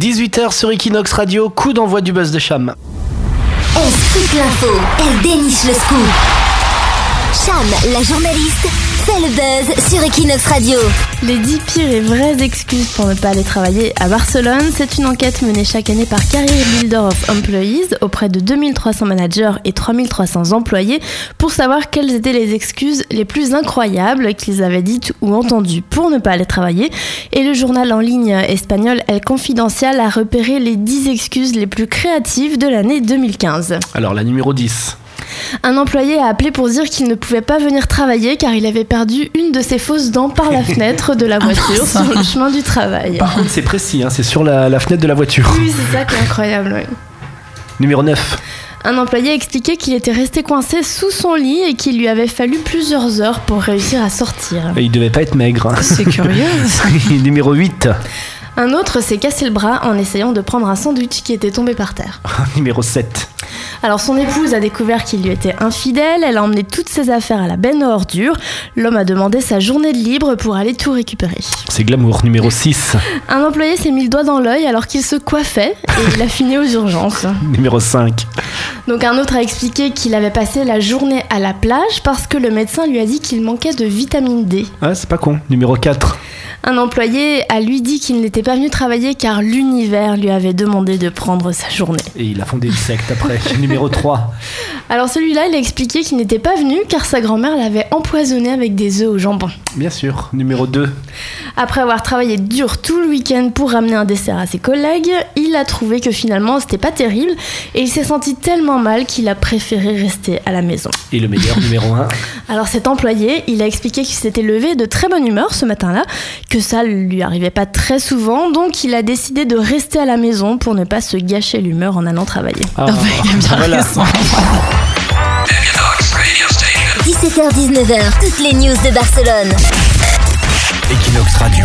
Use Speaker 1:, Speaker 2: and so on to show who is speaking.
Speaker 1: 18h sur Equinox Radio, coup d'envoi du buzz de Cham.
Speaker 2: Elle scoop l'info, elle déniche le scoop. Cham, la journaliste, fait le buzz sur Equinox Radio.
Speaker 3: Les 10 pires et vraies excuses pour ne pas aller travailler à Barcelone, c'est une enquête menée chaque année par Career Builder of Employees auprès de 2300 managers et 3300 employés pour savoir quelles étaient les excuses les plus incroyables qu'ils avaient dites ou entendues pour ne pas aller travailler. Et le journal en ligne espagnol El Confidencial a repéré les 10 excuses les plus créatives de l'année 2015.
Speaker 1: Alors la numéro 10.
Speaker 3: Un employé a appelé pour dire qu'il ne pouvait pas venir travailler car il avait perdu une de ses fausses dents par la fenêtre de
Speaker 4: Ah
Speaker 3: la voiture sur le chemin du travail.
Speaker 1: Par contre c'est précis, hein, c'est sur la, la fenêtre de la voiture.
Speaker 3: Oui, c'est ça qui est incroyable. oui.
Speaker 1: Numéro 9.
Speaker 3: Un employé a expliqué qu'il était resté coincé sous son lit et qu'il lui avait fallu plusieurs heures pour réussir à sortir.
Speaker 1: Et Il devait pas être maigre. hein.
Speaker 4: C'est curieux.
Speaker 1: numéro 8.
Speaker 3: Un autre s'est cassé le bras en essayant de prendre un sandwich qui était tombé par terre.
Speaker 1: Numéro 7.
Speaker 3: Alors son épouse a découvert qu'il lui était infidèle, elle a emmené toutes ses affaires à la benne à ordures, l'homme a demandé sa journée de libre pour aller tout récupérer.
Speaker 1: C'est glamour. Numéro 6.
Speaker 3: Un employé s'est mis le doigt dans l'œil alors qu'il se coiffait et il a fini aux urgences.
Speaker 1: Numéro 5.
Speaker 3: Donc un autre a expliqué qu'il avait passé la journée à la plage parce que le médecin lui a dit qu'il manquait de vitamine D.
Speaker 1: Ah, c'est pas con. Numéro 4.
Speaker 3: Un employé a lui dit qu'il n'était pas venu travailler car l'univers lui avait demandé de prendre sa journée.
Speaker 1: Et il a fondé une secte après. numéro 3.
Speaker 3: Alors celui-là, il a expliqué qu'il n'était pas venu car sa grand-mère l'avait empoisonné avec des œufs au jambon.
Speaker 1: Bien sûr. Numéro 2.
Speaker 3: Après avoir travaillé dur tout le week-end pour ramener un dessert à ses collègues, il a trouvé que finalement c'était pas terrible et il s'est senti tellement mal qu'il a préféré rester à la maison.
Speaker 1: Et le meilleur, numéro 1.
Speaker 3: Alors cet employé, il a expliqué qu'il s'était levé de très bonne humeur ce matin-là, que ça lui arrivait pas très souvent, donc il a décidé de rester à la maison pour ne pas se gâcher l'humeur en allant travailler.
Speaker 1: Ah,
Speaker 4: Ah bah, il a bien
Speaker 1: voilà.
Speaker 4: raison.
Speaker 2: 17h-19h, toutes les news de Barcelone.
Speaker 5: Equinox Radio.